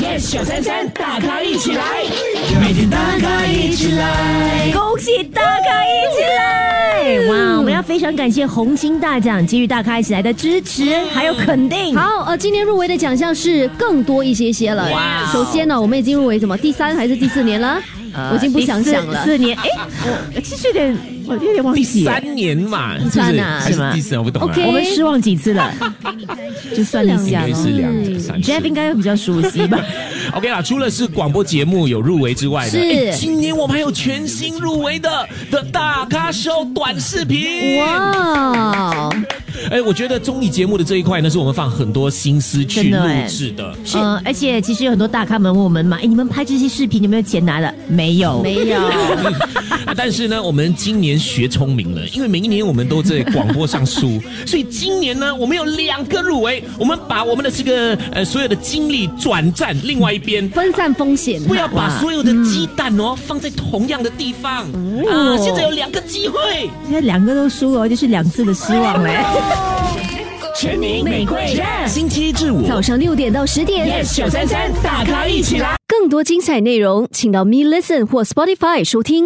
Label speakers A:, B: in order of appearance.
A: yes 九三三，大咖一起来，每天大咖一起来。
B: 恭喜大咖一起来！哇，我们要非常感谢红星大奖给予大咖一起来的支持，还有肯定。
C: 好，呃，今年入围的奖项是更多一些些了。
A: 哇
C: 首先呢，我们已经入围什么第三还是第四年了？我已经不想想
B: 第四。
C: 了
B: 四年，哎，我其实有点，我有点忘
D: 第
B: 记了，
D: 三年嘛，是不
B: 三
D: 是？
B: 啊
D: 还
B: 是吗
D: 是第四？我不懂啊。
C: OK
B: 我们失望几次了，就算一
D: 应
B: 下
D: 该
B: 咯
D: 是两个三四
B: 嗯 Jeff 应该会比较熟悉吧？
D: OK 啦，除了是广播节目有入围之外呢，
C: 是
D: 诶今年我们还有全新入围的的大咖秀短视频。
C: 哇，
D: 哎，我觉得综艺节目的这一块呢，是我们放很多心思
B: 真
D: 去录
B: 的嗯诶
D: 制的。
B: 是，呃而且其实有很多大咖们问我们嘛，哎，你们拍这些视频有没有钱拿的？没有，
C: 没有，
D: 但是呢，我们今年学聪明了，因为每一年我们都在广播 上输，所以今年呢，我们有两个入围，我们把我们的这个呃所有的精力转战另外一边。
C: 分散风险。
D: 不要把
B: 哇
D: 所有的鸡蛋哦、放在同样的地方、
A: 哦
D: 啊！现在有两个机会，
B: 现在两个都输了，就是两次的失望嘞。
A: 全民玫瑰
D: 星期一至五
C: 早上六点到十点，
A: yes 九三三，大咖一起来。
C: 更多精彩内容，请到 Me Listen 或 Spotify 收听。